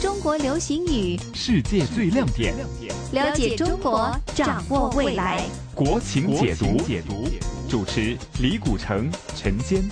中国流行语，世界最亮点，了解中国，掌握未来。国情解读。解读主持李古城、陈坚。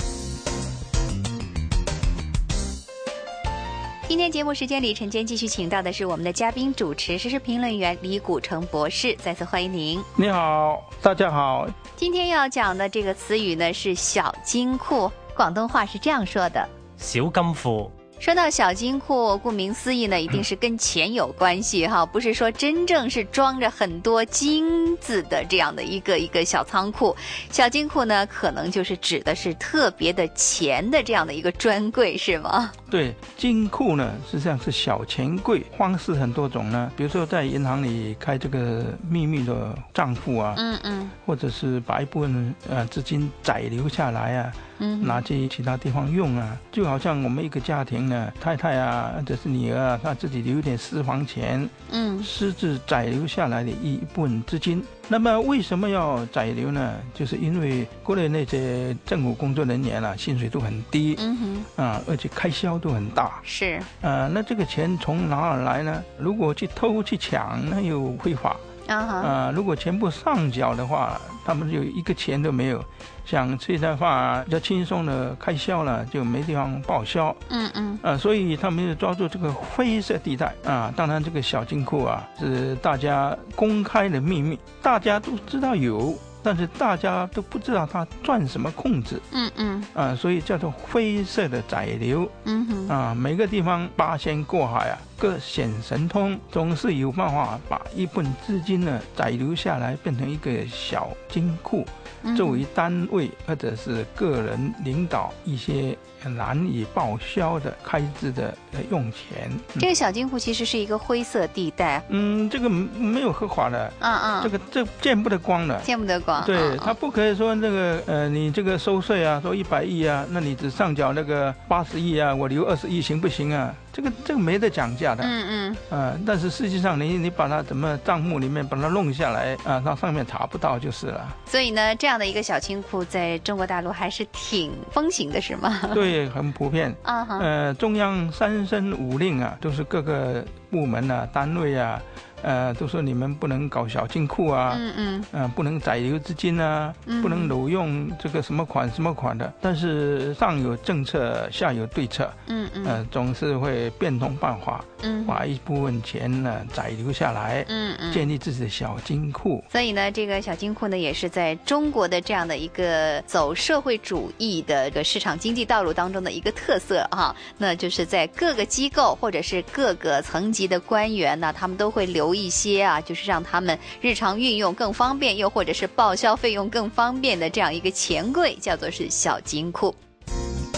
今天节目时间里，晨间继续请到的是我们的嘉宾主持、时事评论员李古城博士，再次欢迎您。你好，大家好。今天要讲的这个词语呢是“小金库”，广东话是这样说的。小金库。说到小金库，顾名思义呢，一定是跟钱有关系哈，不是说真正是装着很多金子的这样的一个一个小仓库。小金库呢，可能就是指的是特别的钱的这样的一个专柜，是吗？对，金库呢，实际上是小钱柜，方式很多种呢。比如说在银行里开这个秘密的账户啊，嗯嗯或者是把一部分呃资金载留下来啊，嗯，拿去其他地方用啊。就好像我们一个家庭呢，太太啊，或者是女儿啊，她自己留一点私房钱，嗯私自载留下来的一部分资金。那么为什么要载留呢？就是因为国内那些政府工作人员啊，薪水都很低嗯哼，啊，而且开销都很大。是，呃，那这个钱从哪儿来呢？如果去偷去抢，那又非法。啊哈，啊、如果全部上缴的话，他们就一个钱都没有。想吃的啊话，比较轻松的开销了，就没地方报销。嗯嗯啊，所以他们就抓住这个灰色地带啊。当然，这个小金库啊是大家公开的秘密，大家都知道有，但是大家都不知道它赚什么空子嗯嗯啊，所以叫做灰色的载流嗯哼，啊。每个地方八仙过海啊，各显神通，总是有办法把一部分资金呢载流下来，变成一个小金库。嗯作为单位或者是个人领导一些难以报销的开支的呃用钱。嗯这个小金库其实是一个灰色地带，嗯，这个没有合法的，嗯嗯，这个这见不得光的。见不得光，对嗯他不可以说那个呃，你这个收税啊，收一百亿啊，那你只上缴那个八十亿啊，我留二十亿行不行啊？这个这个没得讲价的，嗯嗯呃，但是实际上你你把它怎么账目里面把它弄下来啊、它上面查不到就 是了。所以呢，这样的一个小金库在中国大陆还是挺风行的，是吗？对，很普遍。啊哈，呃，中央三申五令啊，都是各个部门啊、单位啊，呃，都说你们不能搞小金库啊，嗯嗯呃，不能载留资金啊，嗯不能挪用这个什么款什么款的。但是上有政策，下有对策，嗯嗯呃，总是会变通办法，嗯把一部分钱呢载留下来，嗯嗯。建立自己的小金库。所以呢，这个小金库呢，也是在中国的这样的一个走社会主义的这个市场经济道路当中的一个特色哈、那就是在各个机构或者是各个层级的官员呢，他们都会留一些啊，就是让他们日常运用更方便，又或者是报销费用更方便的这样一个钱柜，叫做是小金库。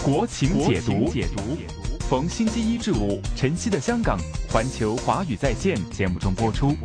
国情国解情读，逢星期一至五，晨曦的香港环球华语在线节目中播出。